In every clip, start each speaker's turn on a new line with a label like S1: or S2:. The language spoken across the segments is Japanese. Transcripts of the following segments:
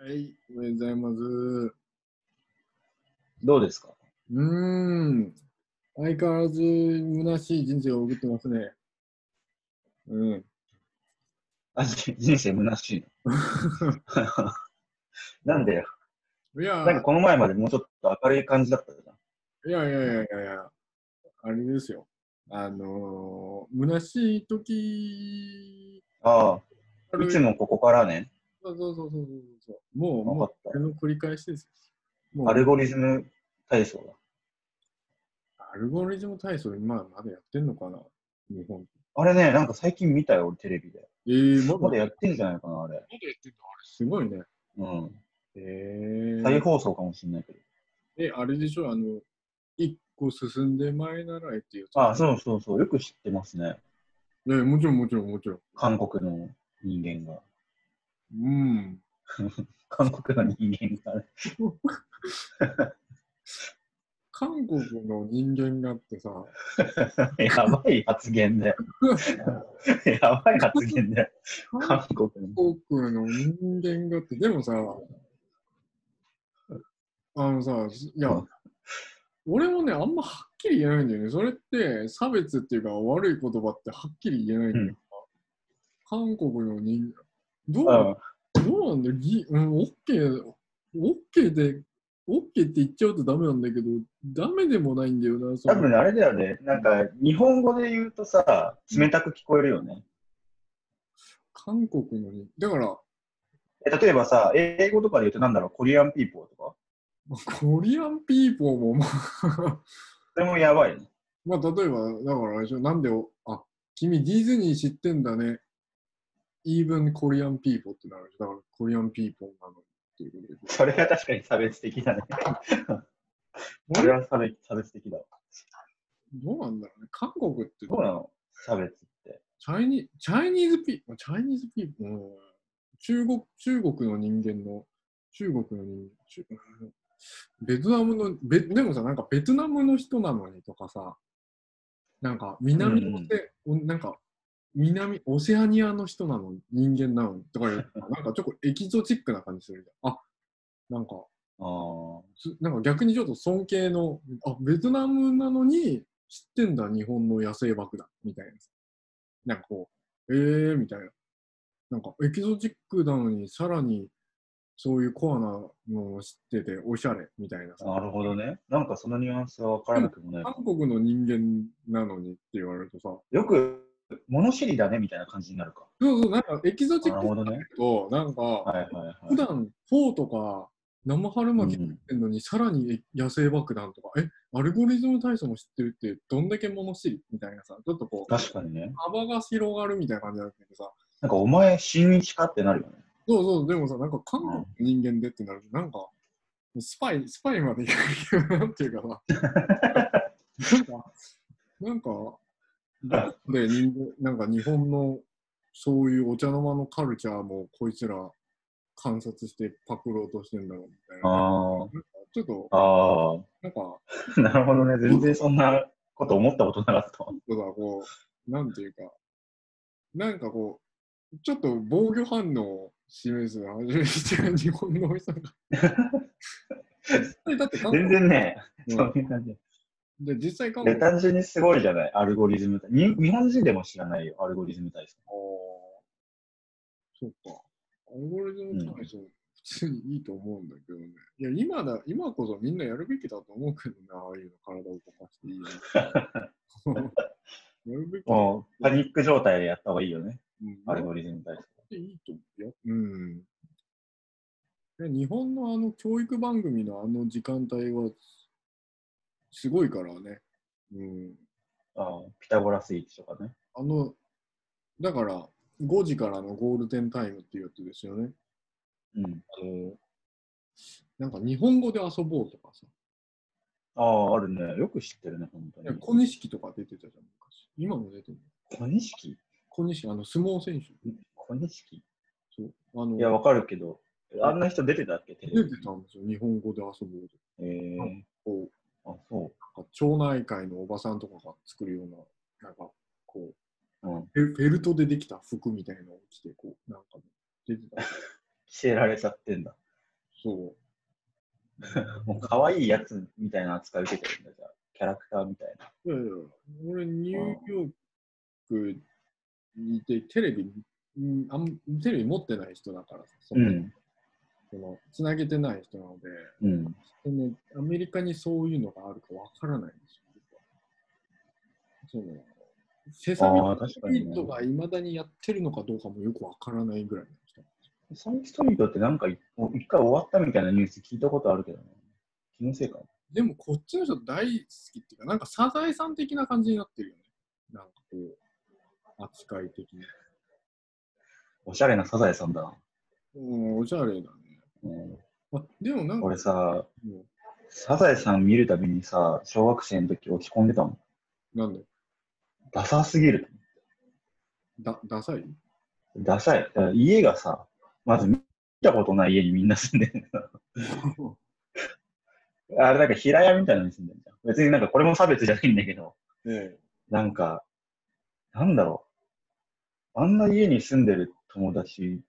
S1: はい、おはようございます。
S2: どうですか
S1: うーん、相変わらず虚しい人生を送ってますね。うん。
S2: あ人人生虚しいの。 なんだよ。
S1: いや
S2: なんかこの前までもうちょっと明るい感じだったじゃん。
S1: いやいやいやいやいや、あれですよ。あのー、虚しい時
S2: あ
S1: あ
S2: あ、
S1: る
S2: いつもここからね、
S1: そうそうそうそうそうそう。もう、も
S2: わ
S1: う
S2: か、っ
S1: これの繰り返しですよ。も
S2: た。
S1: う
S2: アルゴリズム体操
S1: アルゴリズム体操、今まだやってんのかな日本。
S2: だ。あれね、なんか最近見たよ、俺テレビで。
S1: えー、ま
S2: まだ
S1: だ
S2: やってんじゃないかな、あれ。
S1: ってんのあれすごいね。
S2: うん。
S1: え
S2: 再
S1: ー、
S2: 放送かもしれないけど。
S1: え、あれでしょあの、一個進んで前ならえっていう。
S2: ああ、そうそうそう。よく知ってますね。
S1: ね、もちろんもちろんもちろん。
S2: 韓国の人間が。
S1: うん。
S2: 韓国の人間がね。
S1: 韓国の人間がってさ、
S2: やばい発 言だよ。やばい発言だよ。
S1: 韓
S2: 韓国の。
S1: 国の人間がって、でもさ、あのさ、いや
S2: うん、
S1: 俺もね、あんまはっきり言えないんだよね。それって、差別っていうか、悪い言葉ってはっきり言えないんだよ。
S2: うん
S1: 韓国の人どう、
S2: うん。
S1: どうなんだよ、ぎうん、オッケー、オッケーで、オッケーって言っちゃうとダメなんだけど、ダメでもないんだよな、そ
S2: 多
S1: の
S2: 分ねあれだよね、なんか日本語で言うとさ、冷たく聞こえるよね。
S1: 韓国のに。だから、
S2: え例えばさ、英語とかで言うとなんだろう、コリアンピーポーとか。
S1: コリアンピーポーも、まあ、
S2: それもやばいね。
S1: まあ、例えば、だからあれでしょ、なんでお、あ、君ディズニー知ってんだね。even コリアンピーポーってなるでしょ。だから、コリアンピーポーなのっていうことでしょ。
S2: それは確かに差別 的だね。それは差別差別的だわ。
S1: どうなんだろうね。韓国って、チ
S2: どうなの差別って。
S1: ャイニチャイニーズピーポー、チャイニーズピーポー、うん中国、中国の人間の、中国の人間、中うんベトナムのベ、でもさ、なんかベトナムの人なのにとかさ、なんか南の、おなんか南、オセアニアの人なのに、人間なのにとか言うなんかちょっとエキゾチックな感じするじゃん。あ、なんか、
S2: あー
S1: つなんか逆にちょっと尊敬の、あ、ベトナムなのに知ってんだ、日本の野生爆弾、みたいな。なんかこう、えーみたいな。なんかエキゾチックなのに、さらにそういうコアなのを知ってて、おしゃれ、みたいなさ。
S2: なるほどね。なんかそのニュアンスは分からなくもない。
S1: 韓国の人間なのにって言われるとさ、
S2: よく物知りだねみたいな感じになるか。
S1: そうそう、なんかエキゾチッ
S2: なる
S1: ク
S2: ほどね。
S1: と、なんか、
S2: はいはいはい。
S1: 普段フォーとか、生春巻き
S2: うん
S1: ってんのに、さらに野生爆弾とか、え、アルゴリズム体操も知ってるって、どんだけ物知りみたいなさ、ちょっとこう、
S2: 確かにね。
S1: 幅が広がるみたいな感じなんだけどさ、
S2: なんかお前、親日かってなるよね。
S1: そうそう、でもさ、なんか韓国の人間でってなると、なんか、スパイ、スパイまでいかないよなっていうかさ、なんか、なんか、 で人間なんか日本のそういうお茶の間のカルチャーもこいつら観察してパクろうとしてんだろうみたいな。
S2: あ
S1: ちょっと
S2: あ。、ああ。
S1: なんか、こ
S2: なるほどね。全然そんなこと思ったことなかったわ。
S1: うこう、なんていうか、なんかこう、ちょっと防御反応を示す初めにしてる日本のおじさんが。実際だって韓
S2: 全
S1: 国、
S2: 然ね、
S1: うん
S2: そういう感じ。
S1: で実際韓
S2: で、
S1: 国
S2: 単純にすごいじゃない、アルゴリズム体に。日本人でも知らないよ、アルゴリズム体操。
S1: そうか。アルゴリズム体操、普通にいいと思うんだけどね。いや、今だ、今こそみんなやるべきだと思うけどね、ああいうの体を動かしていいよ。 やるべきだ、う
S2: もう、パニック状態でやった方がいいよね、
S1: ん、
S2: アルゴリズム体操。
S1: っていいと思うよ。うん。で日本のあの教育番組のあの時間帯はすごいからね。うん。
S2: ああピタゴラスイッチとかね。
S1: あの、だから5時からのゴールデンタイムっていうやつですよね。
S2: うん。
S1: あの、なんか日本語で遊ぼうとかさ。
S2: ああ、あるね。よく知ってるね、本当
S1: いや
S2: に。
S1: 小錦とか出てたじゃん、昔。今も出てる。
S2: 小錦
S1: 小錦、あの相撲選手。
S2: 小錦
S1: そう。あの、
S2: いや、わかるけど、あんな人出てたっけテレ
S1: 出
S2: ビ
S1: て。たんですよ、日本語で遊ぼうとか。
S2: えー、
S1: こう
S2: あ、そ
S1: なんか町内会のおばさんとかが作るような、なんかこう、
S2: う。うん。
S1: フェフェルトでできた服みたいなのを着て、こう、なんかね、出てた。
S2: 着せられちゃってんだ。
S1: そう。
S2: もう可愛いやつみたいな扱い受けてるんだ、じゃあ。キャラクターみたいな。
S1: いやいや、俺、ニューヨークにいて、テレビ、うんあんテレビ持ってない人だからさ、その、
S2: ん。
S1: そのつなげてない人なので、
S2: うん。
S1: そのアメリカにそういうのがあるかわからないんですよ僕は。そのセサミ
S2: あー確
S1: スト
S2: かにね
S1: リートがいまだにやってるのかどうかもよくわからないぐらいの人。
S2: サミストリートってなんかいもう一回終わったみたいなニュース聞いたことあるけどね。気のせいかも。
S1: でもこっちの人大好きっていうか、なんかサザエさん的な感じになってるよね。なんかこう、扱い的に。
S2: おしゃれなサザエさんだな。
S1: うん、おしゃれだね。
S2: うん、
S1: あでもなんか、
S2: 俺さ、
S1: も
S2: サザエさん見るたびにさ、小学生の時落ち込んでたもん。
S1: うなんだよ
S2: ダサすぎる。
S1: だ、ダサい
S2: ダサい。だから家がさ、まず見たことない家にみんな住んでるの。あれなんか平屋みたいなのに住んでるじゃん。別になんかこれも差別じゃないんだけど、
S1: ええ。
S2: なんか、なんだろう。あんな家に住んでる友達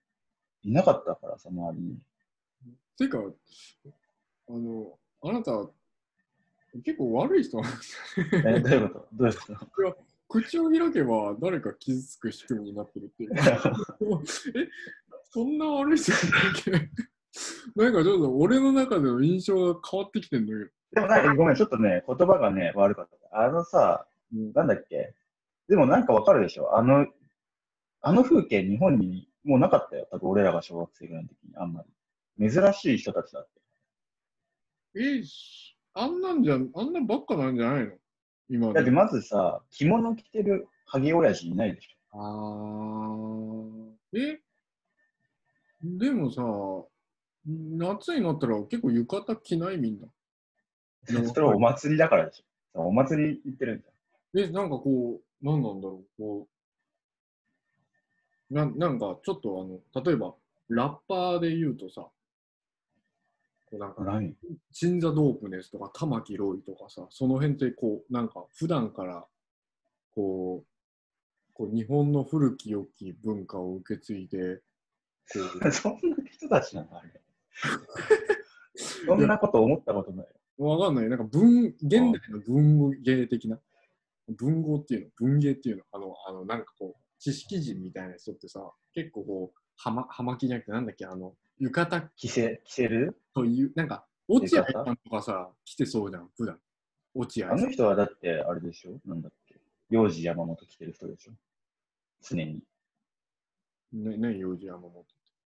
S2: いなかったからさ、周りに。
S1: ていうか、あの、あなた、結構悪い人なんですよ。
S2: え、どういうこと どういうこと
S1: 口を開けば誰か傷つく仕組みになってるっていう。え、そんな悪い人なんだっけなんかちょっと俺の中での印象が変わってきてんだけど。
S2: でもなんかごめん、ちょっとね、言葉がね、悪かった。あのさ、
S1: うん
S2: なんだっけ。でもなんかわかるでしょあの、あの風景日本にもうなかったよ。多分俺らが小学生ぐらいの時にあんまり。珍しい人たちだって。
S1: え、しあんなんじゃ、あんなんばっかなんじゃないの今
S2: だって
S1: で。
S2: まずさ、着物着てるハゲ親父いないでし
S1: あー。えでもさ、夏になったら結構浴衣着ないみんな。
S2: ょ。 それはお祭りだからでしょ。お祭り行ってるんだよ。
S1: え、なんかこう、なんなんだろう、こう、なんなんかちょっとあの、例えば、ラッパーで言うとさ、こうなんか、
S2: 何
S1: チンザ・ドープネスとか、玉木ロイとかさ、その辺ってこう、なんか、普段から、こう、こう日本の古き良き文化を受け継いで、こう、
S2: そんな人たちなのあれ。そんなこと思ったことない。
S1: わかんない。なんか文、現代の文芸的な。文豪っていうの文芸っていうのあの、あの、なんかこう、知識人みたいな人ってさ、結構こう、はま、はまきじゃなくて、なんだっけ、あの、浴衣
S2: 着せ、着せる
S1: という、なんか、落合さんとかさ、来てそうじゃん、普段。落合
S2: あ
S1: さ
S2: の
S1: ん。
S2: 人はだって、あれでしょなんだっけ幼児山本着てる人でしょ常に。
S1: ね、ね、幼児山本。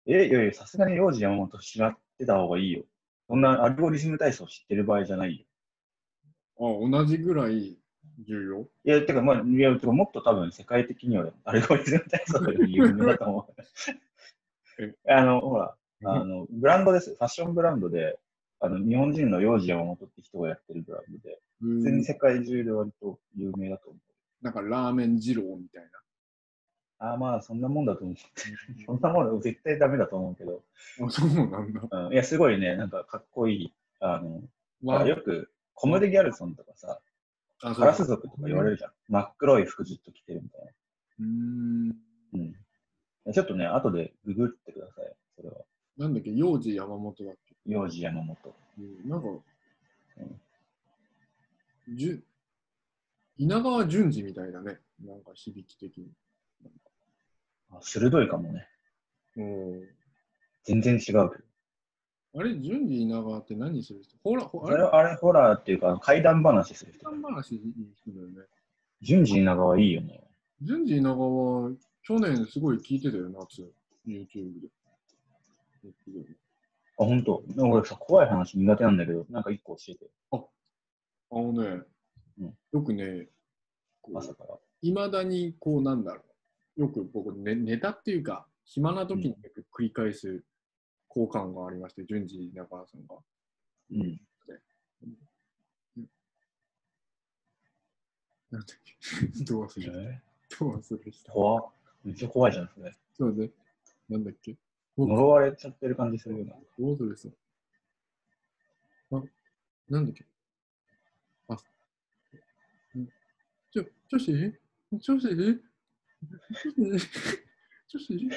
S2: え、いやいや、さすがに幼児山本知らってた方がいいよ。そんなアルゴリズム体操知ってる場合じゃないよ。
S1: あ、同じぐらい重要
S2: いや、てか、まあ、いや、てかもっと多分世界的にはアルゴリズム体操より有名だと思う。 あの、ほら、あの、ブランドです。ファッションブランドで、あの、日本人の幼児山本って人がやってるブランドで、
S1: うん
S2: 普通に世界中で割と有名だと思う。
S1: なんか、ラーメン二郎みたいな。
S2: ああ、まあ、そんなもんだと思う。 そんなもんだ絶対ダメだと思うけど。
S1: あ、そうなんだ。
S2: うん、いや、すごいね、なんかかっこいい。あの、
S1: わ
S2: よく、コムデ・ギャルソンとかさ、
S1: あ、
S2: カラス族とか言われるじゃん。真っ黒い服ずっと着てるみたいな。
S1: うーん。
S2: うん。ちょっとね、後でググってください。それは。
S1: なんだっけ、幼児山本だっけ
S2: 幼児山本。
S1: うんなんか、
S2: うん
S1: じゅ稲川淳二みたいだね、なんか響き的に。
S2: あ鋭いかもね。
S1: うん
S2: 全然違うけど。
S1: あれ、淳二稲川って何する人ほら、ほ
S2: あ
S1: あ
S2: れ
S1: れ、
S2: あれホラーっていうか、怪談話する人。
S1: 談話いい人だよね。
S2: 順次稲川いいよね。
S1: 淳二稲川、去年すごい聞いてたよ、夏、YouTube で。
S2: あ、ほんと。俺さ、怖い話苦手なんだけど、なんか一個教えてよ。
S1: あのね、
S2: うん
S1: よくね、
S2: 朝から。
S1: いまだにこう、なんだろう、よく僕、ね、ネタっていうか、暇な時によく繰り返す好感がありまして、淳二稲川さんが。
S2: うん。
S1: なんだっ けどうする
S2: え
S1: どうする人
S2: 怖っめっちゃ怖いじゃん、それ。
S1: そうね。なんだっけ
S2: 呪われちゃってる感じするよな。
S1: どうする人あ、なんだっけあ、んちょ、女子女子女子女子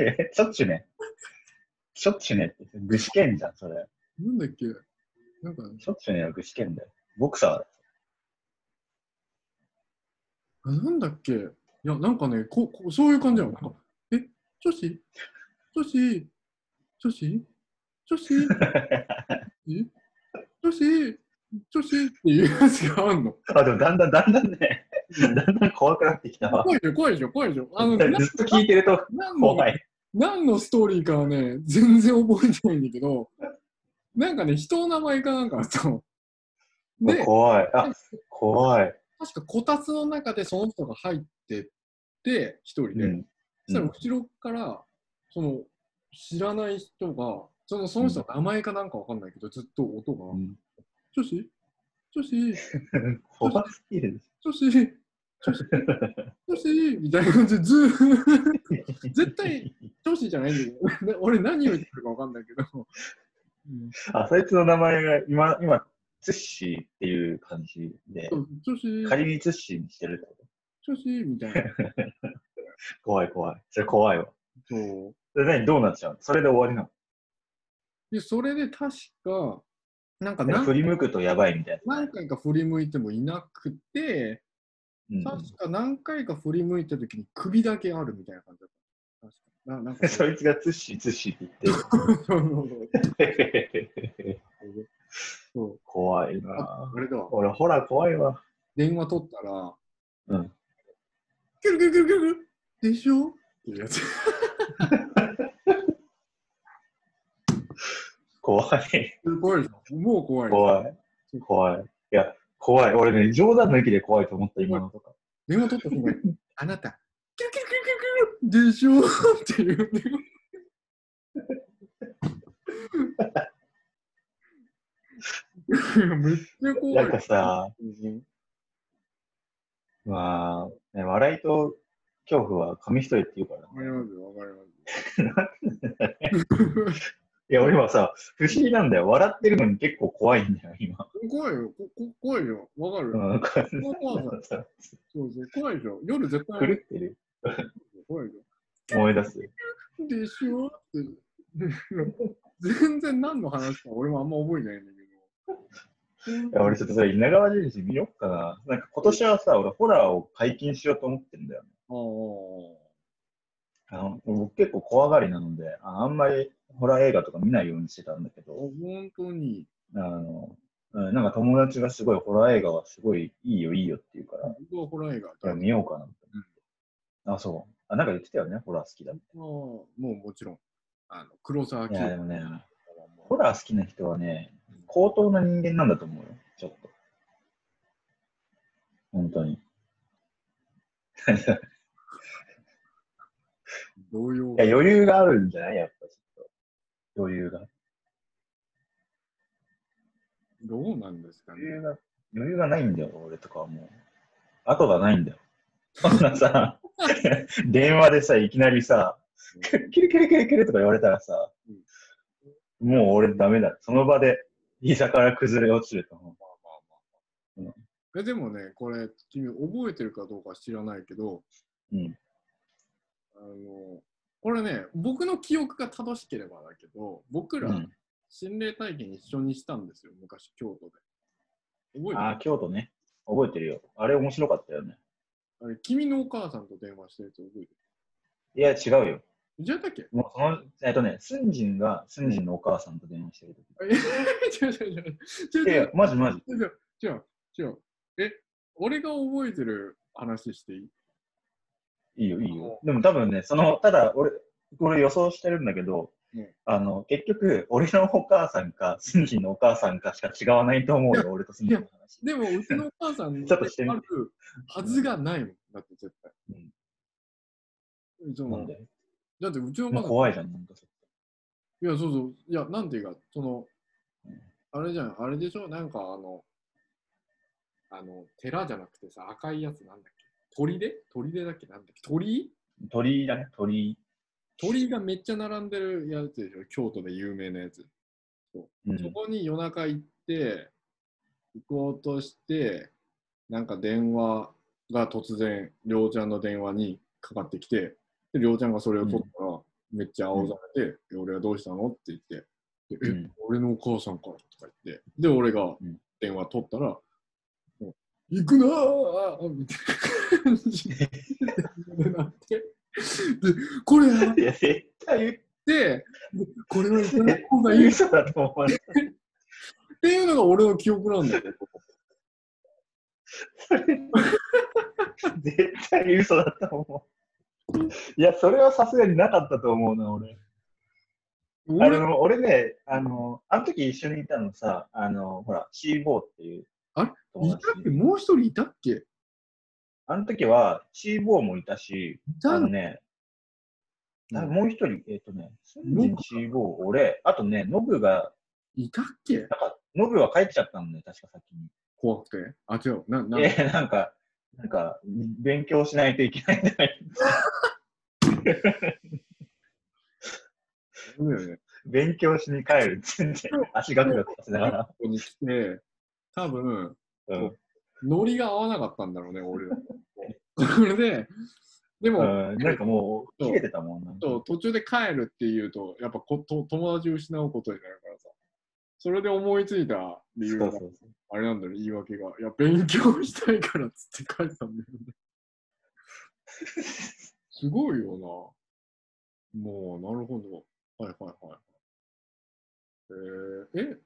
S2: え、ちょっちゅね。ちょっちゅねって、具志堅じゃん、それ。
S1: なんだっけなんか、
S2: ちょっちゅねは具志堅だよ。ボクサーだよ。
S1: あなんだっけいや、なんかね、ここそういう感じなの。なんかえ、女子女子女子女子え女子女子っていうやつがあんの。
S2: あ、でもだんだん、だんだんね、だんだん怖くなってきたわ。
S1: 怖いでしょ、怖いでしょ、怖いでしょ。あの、
S2: ず
S1: な
S2: っと聞いてると
S1: なんの
S2: 怖い。
S1: 何のストーリーかはね、全然覚えてないんだけど、なんかね、人の名前かなんかだと。で、
S2: 怖い。あ、怖い。
S1: 確かこたつの中でその人が入ってって、一人で。
S2: うん。
S1: そしたら後ろから、その、知らない人が、そのその人の名前かなんかわかんないけど、ずっと音が、
S2: うん
S1: 女子女子
S2: 怖すぎる。
S1: 女子女子みたいな感じでずーっと、 絶対女子じゃないんだけど、俺何を言ってるかわかんないけど、うん
S2: あ、そいつの名前が今、今、ツッシーっていう感じで
S1: そ、う女子
S2: 仮にツッシーにしてるってこと
S1: 女子みたいな。
S2: 怖い怖い。それ怖いわ。
S1: そう。
S2: それ何どうなっちゃうのそれで終わりなの
S1: で、それで確か、なんか
S2: なんか振
S1: 何
S2: り向くとやばいみたいな。
S1: 何回か振り向いてもいなくて、
S2: うん
S1: 確か何回か振り向いたときに首だけあるみたいな感じだった。確か。ななんか
S2: そいつがツッシーツッシーって
S1: そう
S2: 言ってる。
S1: そう
S2: 怖い
S1: あ
S2: なぁ。
S1: あれだわ。
S2: 俺、ホラー怖いわ。
S1: 電話取ったら、
S2: うん。
S1: キュルキュルキュルキュルキュルでしょっていうやつ。
S2: 怖い。
S1: 怖いでしょもう怖い。
S2: 怖い。怖い。いや、怖い。俺ね、冗談抜きで怖いと思った、今のとか。
S1: 電話取った瞬間に、あなた、キュルキュルキュルキュルキュルでしょっていう電話。いやめっちゃ怖。
S2: ないんかさ、
S1: うん
S2: まあ、ね、笑いと恐怖は紙一重って言うからね
S1: わかりますよ、わかりま
S2: いや、俺今さ、不思議なんだよ。笑ってるのに結構怖いんだよ、今。
S1: す。怖いよ、ここ怖いよ、わかる
S2: う
S1: よ。
S2: ん、そう
S1: 怖いよ、
S2: そう
S1: そうそう、怖いよ。夜絶対
S2: 狂ってる。
S1: 怖いよ。
S2: 思い出す。
S1: でしょって。 全然何の話か俺もあんま覚えてないんだけど。い
S2: いや、俺ちょっとそれ稲川淳二見よっかな。なんか今年はさ、俺ホラーを解禁しようと思ってんだよね。あの僕結構怖がりなのであ、あんまりホラー映画とか見ないようにしてたんだけど、
S1: 本当に。
S2: あの、うんなんか友達がすごいホラー映画はすごいいいよいいよって言うから、い
S1: 僕はホラー映画
S2: や
S1: あ
S2: 見ようかなって思って。あ、そう。あ、なんか言ってたよね、ホラー好きだって。
S1: あもうもちろん。あの黒沢
S2: い
S1: 清
S2: や、でもね、ホラー好きな人はね、高等な人間なんだと思うよ、ちょっと。本当に。
S1: 同様。
S2: いや、余裕があるんじゃないやっぱちょっと。余裕が。
S1: どうなんですかね
S2: 余。 裕が、余裕がないんだよ、俺とかはもう。後がないんだよ。そんなさ、 電話でさ、いきなりさ、キルキルキルキルとか言われたらさ、もう俺ダメだ。その場で、膝から崩れ落ちると思
S1: えでもね、これ、君覚えてるかどうか知らないけど、
S2: う。うん。
S1: あの、これね、僕の記憶が正しければだけど、僕
S2: う
S1: ら
S2: ん、
S1: 心霊体験一緒にしたんですよ、昔、京都で。覚えてる
S2: ああ、京都ね。覚えてるよ。あれ面白かったよね。
S1: あれ君のお母さんと電話したやつ覚えてる
S2: いや、違うよ。
S1: じゃあだっけ
S2: もうその、えっとね、スンジンがスンジンのお母さんと電話してる時。
S1: え違う 違う違う
S2: いやいや
S1: 違う。
S2: マジマジ。
S1: 違う違う違う違う。え、俺が覚えてる話していい
S2: いいよ、いいよ。でも多分ね、その、ただ、俺、これ予想してるんだけど、
S1: うん
S2: あの、結局、俺のお母さんか、スンジンのお母さんかしか違わないと 思うよ、俺とスンジンの話。
S1: でも、うちのお母さんに
S2: ちょっとしてみ
S1: あるはずがないもん。だって絶対。そう
S2: なんで、
S1: だってうちのお母
S2: もう
S1: さん
S2: 怖いじゃん、なんかそ
S1: いや、そうそう。いや、なんていうか、その
S2: うん、
S1: あれじゃん、あれでしょなんか、あの、あの、寺じゃなくてさ、赤いやつなんだっけ鳥で鳥でだっけなんだっけ鳥居
S2: 鳥居だね、鳥居。
S1: 鳥居がめっちゃ並んでるやつでしょ京都で有名なやつ。
S2: うん
S1: そこに夜中行って、行こうとして、なんか電話が突然、りょうちゃんの電話にかかってきて、で、りょうちゃんがそれを取ったら、めっちゃ青ざめて、で俺はどうしたのって言って、でえ、
S2: うん
S1: 俺のお母さんからとか言って、で、俺が
S2: うん
S1: 電話取ったら、もう行くなーみたいな感じでなって、で、これやっ
S2: いや、絶対
S1: て、でこれは行かない方がいい
S2: 言
S1: うっ
S2: 嘘だと思われる。
S1: ていうのが俺の記憶なんだけど、
S2: 絶対嘘だと思う。いや、それはさすがになかったと思うな、俺。あ
S1: 俺
S2: の、俺ね、あの、あの時一緒にいたのさ、あの、ほら、シーボーっていう
S1: あれい
S2: 友
S1: たっけ
S2: 達。
S1: もう一人いたっけい
S2: あの時は、シーボーもいたし、
S1: た
S2: あの
S1: の
S2: ね、
S1: うん
S2: あもう一人、えっ、とね、スンジンシーボー、俺、あとね、ノブが、
S1: いたっけ
S2: なんか、ノブは帰っちゃったのね、確か先に。
S1: 怖くて。あ、違う。な、な、
S2: えーなんか、なんか、勉強しないといけないんじゃない
S1: そうだよね。
S2: 勉強しに帰るって言って、足ガクガクさせながら。
S1: ここに来て、多分、
S2: うん
S1: ノリが合わなかったんだろうね、 俺ら。それで、でも、
S2: うん、なんかもう、
S1: そう
S2: 切れてたもんなんか
S1: そう途中で帰るっていうと、やっぱこと友達を失うことになるからさ。それで思いついた理由
S2: そう
S1: が
S2: そう、そう。
S1: あれなんだろう、言い訳が。いや、勉強したいからっつって帰ったんだよ ね。すごいよな。もう、なるほど。はいはいはい。えー、え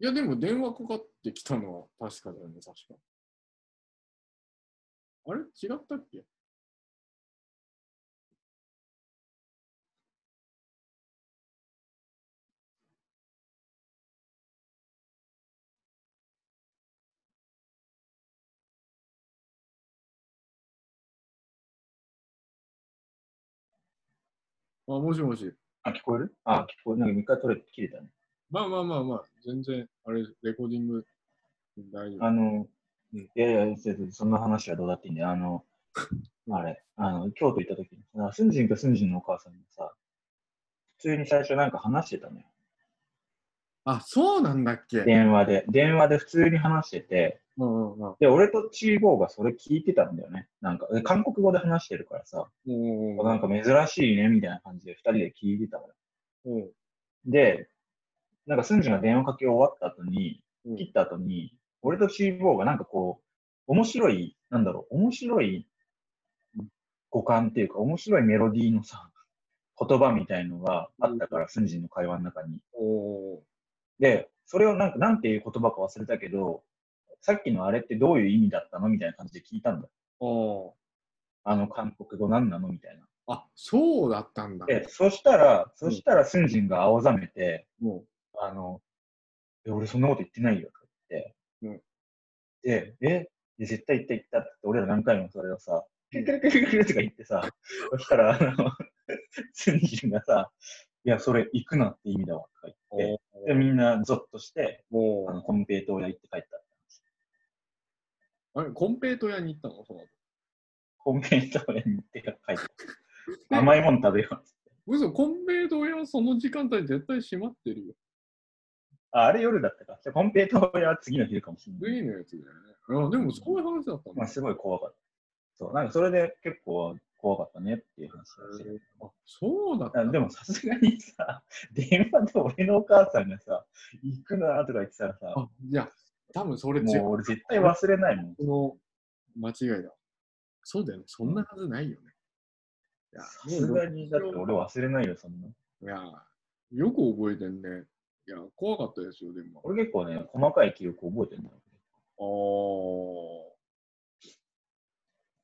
S1: いや、でも電話かかってきたのは確かだよね、確か。あれ違ったっけあ、もしもし。
S2: あ、聞こえるあ、聞こえる。なんか一回取れて切れたね。
S1: まあまあまあまあ、全然、あれ、レコーディング、大丈夫。
S2: あの、
S1: うん
S2: いやいや、先生そんな話はどうだっていいんだよ。あの、 あれ、あの、京都行った時に、なんかスンジンとスンジンのお母さんにさ、普通に最初なんか話してたのよ。
S1: あ、そうなんだっけ
S2: 電話で。電話で普通に話してて、
S1: うんうんうん。
S2: で、俺とチーボーがそれ聞いてたんだよね。なんか、え韓国語で話してるからさ、
S1: うんうん
S2: なんか珍しいね、みたいな感じで二人で聞いてたのよ。
S1: うん。
S2: で、なんかスンジンが電話かけ終わった後に、
S1: うん
S2: 切った後に、俺とチーボーがなんかこう、面白い、なんだろう、面白い五感っていうか、面白いメロディーのさ、言葉みたいのがあったから、スンジンの会話の中に。
S1: おー
S2: で、それをなんか、なんていう言葉か忘れたけど、さっきのあれってどういう意味だったのみたいな感じで聞いたんだよ。
S1: お
S2: あの韓国語何なのみたいな。
S1: ーあ、そうだったんだ。
S2: で、そしたら、そしたらスンジンが青ざめて、
S1: も
S2: あの、え、俺そんなこと言ってないよとか言って、で、え、いや絶対言った言ったって言って、俺ら何回もそれをさ、くるくるくるくるとか言ってさ、そしたら、あの、 スンジンがさ、いや、それ行くなって意味だわとか
S1: う、
S2: 言っ
S1: お
S2: て、で、みんなゾッとして、
S1: ーお
S2: あ
S1: ー
S2: の、コンペイトー屋行って帰った。
S1: あれ、コンペイト屋に行ったのその後
S2: コンペイトー屋に行って 帰った。甘いもん食べようっつって。
S1: 嘘、コンペイト屋はその時間帯絶対閉まってるよ。
S2: あ、あれ夜だったか。じゃあコンペイトー屋は次の昼かもしれない。
S1: 次のやつだよね。あでもそういう話だったん
S2: ま
S1: だ。
S2: あ、すごい怖かった。そう、なんかそれで結構怖かったねっていう話をしてる。
S1: あ、そうだった
S2: あでもさすがにさ、 電話で俺のお母さんがさ、行くなとか言ってたらさ、
S1: あ、いや、多分それ違
S2: もう
S1: う。
S2: 俺絶対忘れないもん。
S1: の間違いだ。そうだよね。そんなはずないよね。いや
S2: さ、すがに、だって俺忘れないよ、そんな。
S1: いや、よく覚えてんね。いや、怖かったですよ、でも。
S2: 俺結構ね、細かい記憶覚えてるんだよ。
S1: あー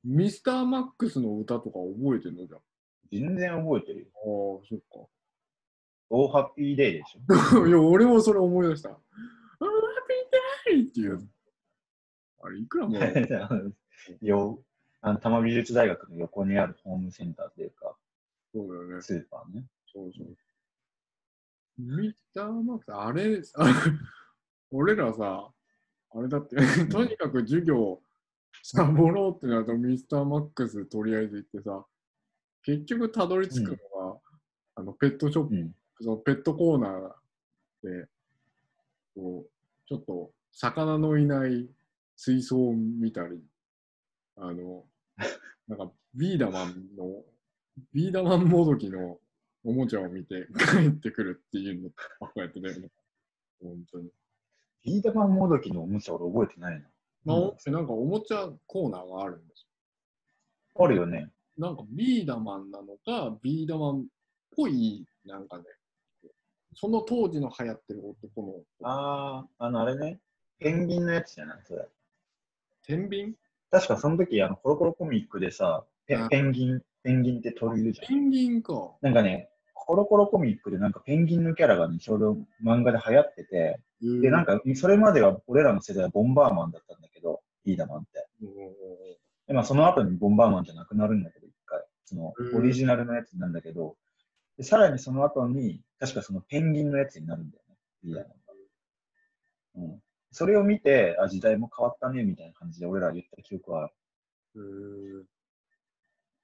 S1: ミスターマックスの歌とか覚えてんのじゃん。あ
S2: 全然覚えてるよ。
S1: あ、そっか。
S2: オーハッピーデイでしょ。
S1: いや、俺もそれ思い出した。あーハッピーデイっていう。あれ、いくらも らう
S2: よあの多摩美術大学の横にあるホームセンターっていうか、
S1: そうだよね。
S2: スーパーね。
S1: そうそう。ミスターマックス、あれ、 あ俺らさ、あれだって、 とにかく授業、サボろうってなるとミスターマックスとりあえず行ってさ、結局たどり着くのが、あのペットショップ
S2: うん。
S1: そのペットコーナーで、こう、ちょっと魚のいない水 槽を見たり、あの、なんかビーダマンのビーダマンもどきのおもちゃを見て帰ってくるっていうのばっかやってたよね。本当に。
S2: ビーダマンもどきのおもちゃ俺覚えてない
S1: まあ、
S2: うん
S1: お店なんかおもちゃコーナーがあるんです
S2: な。あるよね。
S1: よ。なんかビーダマンなのか、ビーダマンっぽい、なんかね、その当時の流行ってる男の、
S2: ああ、あのあれね。ペンギンのやつじゃないそれ。
S1: 天秤
S2: 確かその時、あの、コロコロコミックでさ、ペ
S1: うん
S2: ペンギン、ペンギンって鳥いるじゃん。
S1: ペンギンか。
S2: なんかね、コロコロコミックでなんかペンギンのキャラがね、ちょうど漫画で流行ってて、で、なん
S1: か、
S2: か、それまでは俺らの世代はボンバーマンだったんだけど、ビーダマンって。
S1: うんうんうん
S2: で、まあその後にボンバーマンじゃなくなるんだけど、一回。その
S1: う、ん
S2: オリジナルのやつなんだけど、で、さらにその後に、確かそのペンギンのやつになるんだよね、ビーダマンが。うん。それを見て、あ、時代も変わったね、みたいな感じで俺ら言った記憶はある。
S1: うん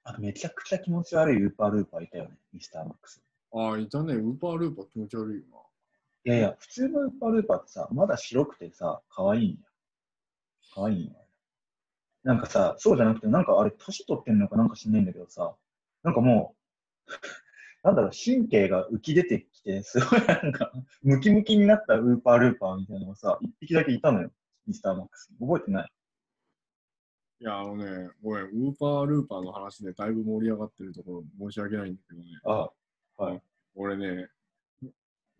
S2: あとめちゃくちゃ気持ち悪いウーパールーパーいたよね、ミスターマックス。
S1: ああ、いたね。ウーパールーパー気持ち悪いよな。
S2: いやいや、普通のウーパールーパーってさ、まだ白くてさ、可愛いんや。可愛いんや。なんかさ、そうじゃなくて、なんかあれ、年取ってんのかなんか知んないんだけどさ、なんかもう、 なんだろう、神経が浮き出てきて、すごいなんか、ムキムキになったウーパールーパーみたいなのがさ、一匹だけいたのよ、ミスターマックスに。覚えてない
S1: いや、あのね、ごめん、ウーパールーパーの話でだいぶ盛り上がってるところ申し訳ないんだけどね、
S2: あ
S1: 俺ね、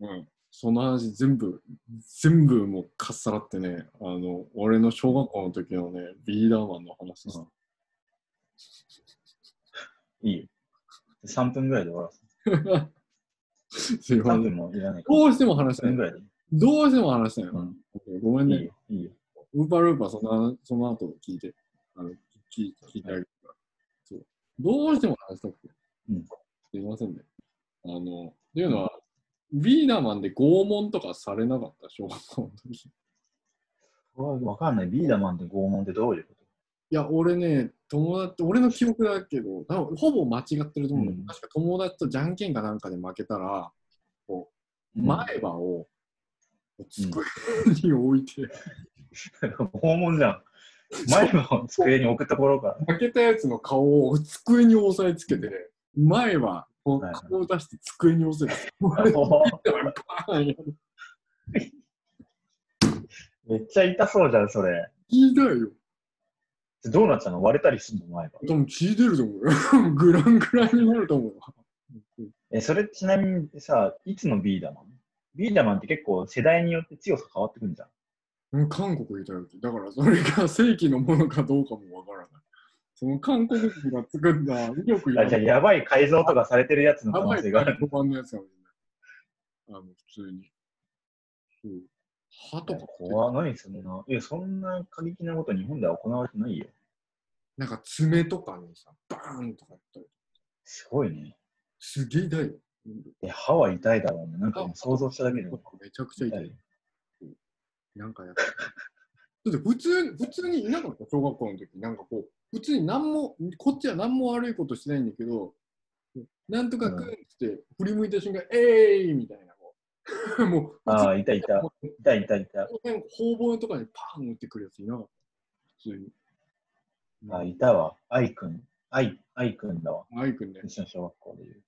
S1: うん、その話全部、全部もうかっさらってね、あの、俺の小学校の時のね、ビーダーマンの話です。
S2: うんいいよ。3分ぐらいで終わらせ
S1: すい
S2: て。
S1: ませ
S2: 3
S1: ん。
S2: 分もいらないから。
S1: どうしても話し
S2: 3
S1: たい
S2: 分ぐ。らいでいい。
S1: どうしても話したいな
S2: う。ん。
S1: ごめん
S2: いい
S1: ね。
S2: よ、いいよ。
S1: ウーパールーパーその、その後聞いて、あの、聞聞いてあげるから。そう。どうしても話したくて。
S2: うん。
S1: すいませんね。あの、っていうのは、ビーダーマンで拷問とかされなかった、小学校の時。い
S2: これはわかんない。ビーダマンと拷問ってどういうこ
S1: や、俺ね、友達、俺の記憶だけど、多分ほぼ間違ってると思うんだけど、
S2: うん
S1: 確か友達とじゃんけんかなんかで負けたら、こう
S2: と
S1: 前歯を机に置いて、
S2: 拷問じゃん。前歯を机に置くところから。
S1: 負けたやつの顔を机に押さえつけて、前歯、こう
S2: はいはい
S1: 顔を出して机に押せて、 バーンやる
S2: めっちゃ痛そうじゃん、それ。
S1: 聞いたよ。
S2: どうなっちゃうの割れたりすんの、前歯。
S1: 多分聞いてると思うよ。グラングランになると思うよ。
S2: え、それちなみにさ、いつのビーダマンビーダマンって結構世代によって強さ変わってくんじゃん。
S1: うん韓国いたよって。だからそれが正規のものかどうかもわからない。その韓国人が作った威力
S2: あじゃあ、やばい改造とかされてるやつの可
S1: やば
S2: 能
S1: い
S2: 性がある。
S1: 5番のやつかもしれない。あの、普通に。そう歯とか
S2: 怖い、何そんな。いや、そんな過激なこと日本では行われてないよ。
S1: なんか爪とかにさ、バーンとかやったり。
S2: すごいね。
S1: すげえ痛いよ。
S2: え、歯は痛いだろうね。なんかもう想像しただけで。
S1: めちゃくちゃ痛い。なんかやっぱ。だって普通、普通にいなかった、小学校の時。なんかこう、普通に何も、こっちは何も悪いことしてないんだけど、なんとかくんって振り向いた瞬間、えいみたいな。こう もう、
S2: ああ、痛い痛い。痛い痛い痛い。
S1: なんか方々とかにパーン打ってくるやついなかった。普通に。
S2: あ、いたわ。愛くん。愛、愛くんだわ。
S1: アイくんね
S2: う。ちの小学校でいう。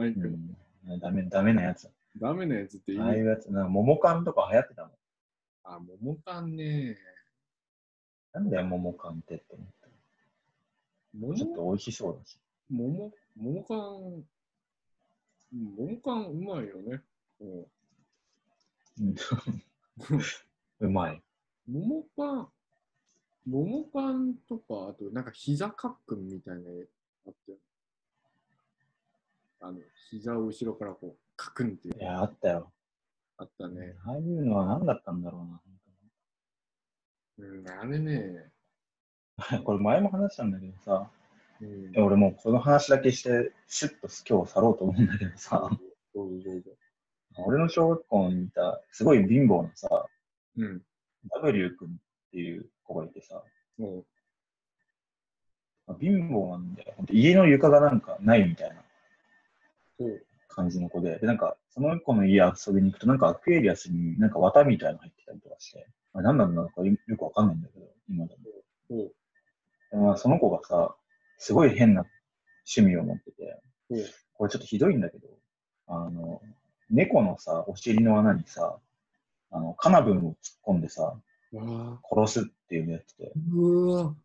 S1: アイくん。
S2: うん、ダメ、ダメなやつ。
S1: ダメなやつっていい
S2: ああいうやつ、なんか桃缶とか流行ってたもん。
S1: あ、桃缶ね。
S2: なんだよ、桃缶ってって思って。
S1: 桃
S2: ちょっと美味しそうだし。
S1: 桃桃缶、うん桃缶うまいよね。うん
S2: うん うまい。
S1: 桃パン、桃パンとか、あと、なんか、膝カックンみたいなのあって、あの、膝を後ろからこう、カクンっていう
S2: いや、あったよ。
S1: あったね。
S2: ああいうのは何だったんだろうな。
S1: うん、あれね、
S2: これ前も話したんだけどさ、
S1: うん、
S2: いや俺もうこの話だけして、シュッと今日去ろうと思うんだけど さ、
S1: どうぞどうぞ。
S2: 俺の小学校にいた、すごい貧乏なさ、
S1: うん、
S2: W 君っていう子がいてさ、
S1: もう、
S2: まあ貧乏なんで、本当家の床がなんかないみたいな
S1: そう、
S2: 感じの子で、でなんか、その子の家遊びに行くと、なんかアクエリアスになんか綿みたいなの入ってたりとかして、まあ、何なんだろうかよよくわかんないんだけど、今でも。
S1: そう、
S2: でまあ、その子がさ、すごい変な趣味を持ってて
S1: ほう、
S2: これちょっとひどいんだけど、あの、猫のさ、お尻の穴にさ、あの、カナブンを突っ込んでさ、
S1: わあ
S2: 殺すっていうのやってて、
S1: うわ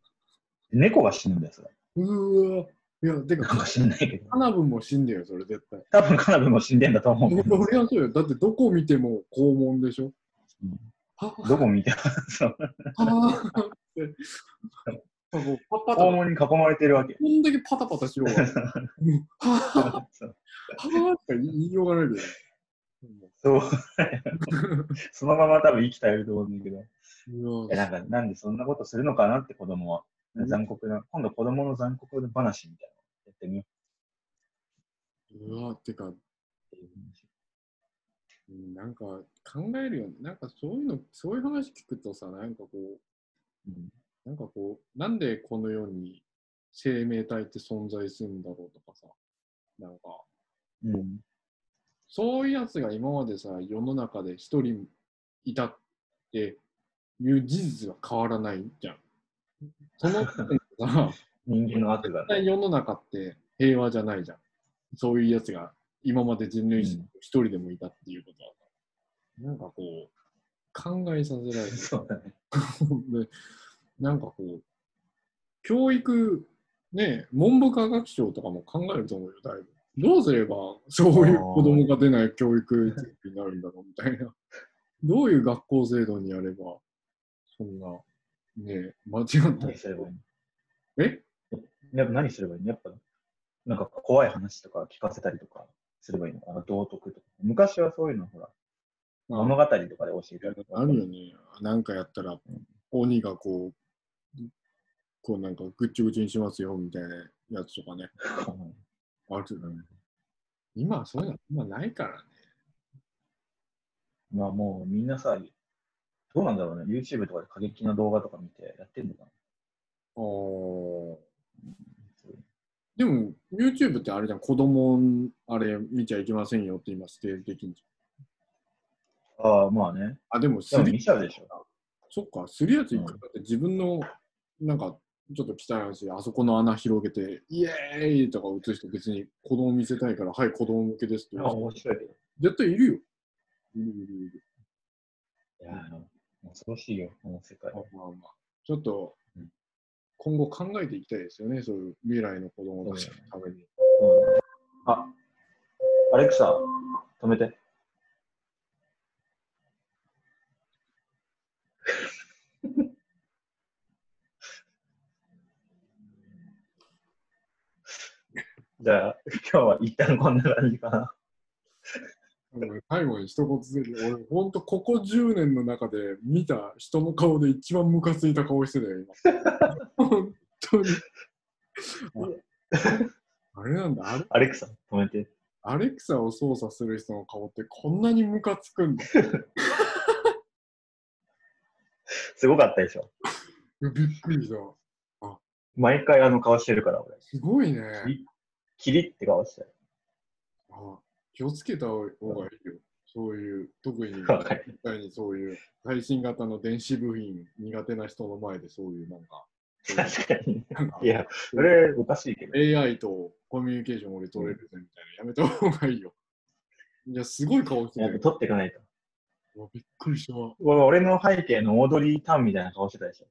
S2: 猫が死ぬんだよ、それ。
S1: うわいや、て
S2: 猫
S1: か、
S2: が死んないけど。
S1: カナブンも死んでよ、それ絶対。
S2: 多分カナブンも死んでんだと思うけど、
S1: 俺はそうよ。だってどこ見ても肛門でしょ。
S2: うん
S1: は
S2: どこ見ても、そう
S1: はあ ってもうパパ
S2: 肛
S1: と
S2: 門に囲まれてるわけ。
S1: こんだけパタパタ しようが。もうはあは
S2: そう
S1: あって言いようがないで。
S2: そう。そのまま多分生きたいと思うんだけど。
S1: う
S2: え、
S1: わ
S2: なんか、なんでそんなことするのかなって子供
S1: う
S2: は。
S1: ん
S2: 残酷な、今度子供の残酷な話みたいなのやってみよ
S1: うわてか、
S2: うっていう
S1: うんなんか考えるよね。なんかそういうの、そういう話聞くとさ、なんかこう、
S2: 話。
S1: なんかこう、なんでこの世に生命体って存在するんだろうとかさ、なんか、
S2: うん。うん。
S1: そういうやつが今までさ、世の中で一人いたっていう事実は変わらないじゃん。その時点でさ、
S2: 人間の悪が
S1: 絶対
S2: ね。
S1: 世の中って平和じゃないじゃん。そういうやつが今まで人類史
S2: うん
S1: 一人でもいたっていうことは、なんかこう、考えさせられる。
S2: そうだね。
S1: で なんかこう、教育、ね、文部科学省とかも考えると思うよ、だいぶ。どうすればそういう子供が出ない教育になるんだろうみたいな。どういう学校制度にやれば、そんな、ね、間違った
S2: 何すればいい
S1: え
S2: のやっぱ何すればいいのやっぱ、なんか怖い話とか聞かせたりとかすればいいのかな道徳とか。昔はそういうのほら、物語とかで教えてる。
S1: あるよね。なんかやったら、鬼がこう、こうなんかぐっちゅぐちゅにしますよみたいなやつとかね。
S2: うん
S1: あるよね。今はそういうの、今ないからね。
S2: まあもうみんなさ、どうなんだろうね。YouTube とかで過激な動画とか見てやってんのかな
S1: あー
S2: そういう
S1: でも、YouTube ってあれじゃん、子供、あれ見ちゃいけませんよって今指定できんじ
S2: ああ、まあね。
S1: ゃん。あ、でもす
S2: でも
S1: り、
S2: 見ちゃうでしょ。
S1: そっか、するやついく
S2: う
S1: らだって自分の、なんか、ちょっと汚い話、あそこの穴広げて、イエーイとか映して別に子供見せたいから、はい、子供向けですって言
S2: まあ
S1: う人
S2: 面白いけど。
S1: 絶対いるよ。いるいるいる。
S2: いやー、恐ろしいよ、この世界。
S1: まあまあまあ、ちょっと
S2: うん
S1: 今後考えていきたいですよね、そういう未来の子供たちのために。
S2: あ、アレクサ、止めて。じゃあ、今日は一旦こんな感じかな。
S1: 俺最後に一言ずつ、俺、ほんとここ10年の中で見た人の顔で一番ムカついた顔してたよ、今。本当に。ああれなんだ、あれ
S2: アレクサ、止めて。
S1: アレクサを操作する人の顔ってこんなにムカつくんだ。
S2: すごかったでしょ。
S1: びっくりした。
S2: 毎回あの顔してるから、俺。
S1: すごいね。
S2: キリって顔してる。
S1: あ気をつけた方がいいよ。そういう、特に、
S2: わかる
S1: 絶対にそういう、最新型の電子部品苦手な人の前でそういう、なんか、そういう
S2: 確かに。
S1: なんか
S2: いや、それおかしいけど。
S1: AI とコミュニケーション俺取れるぜみたいな、やめた方がいいよ。いや、すごい顔して
S2: やったぱ
S1: よ。
S2: 取っていかないと。
S1: うわびっくりした。
S2: 俺俺の背景のオードリー・タンみたいな顔してたでしょ。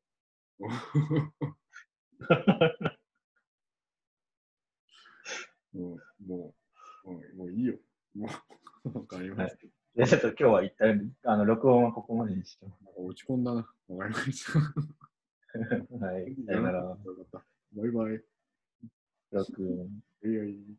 S1: もう、もう、うんもういいよ。もう、わかりました。
S2: じゃあちょっと今日は一旦、あの、録音はここまでにしても
S1: なんか落ち込んだな。わかりました。
S2: らう。はい。さよなら。
S1: バイバイ。
S2: 録音。
S1: いやいい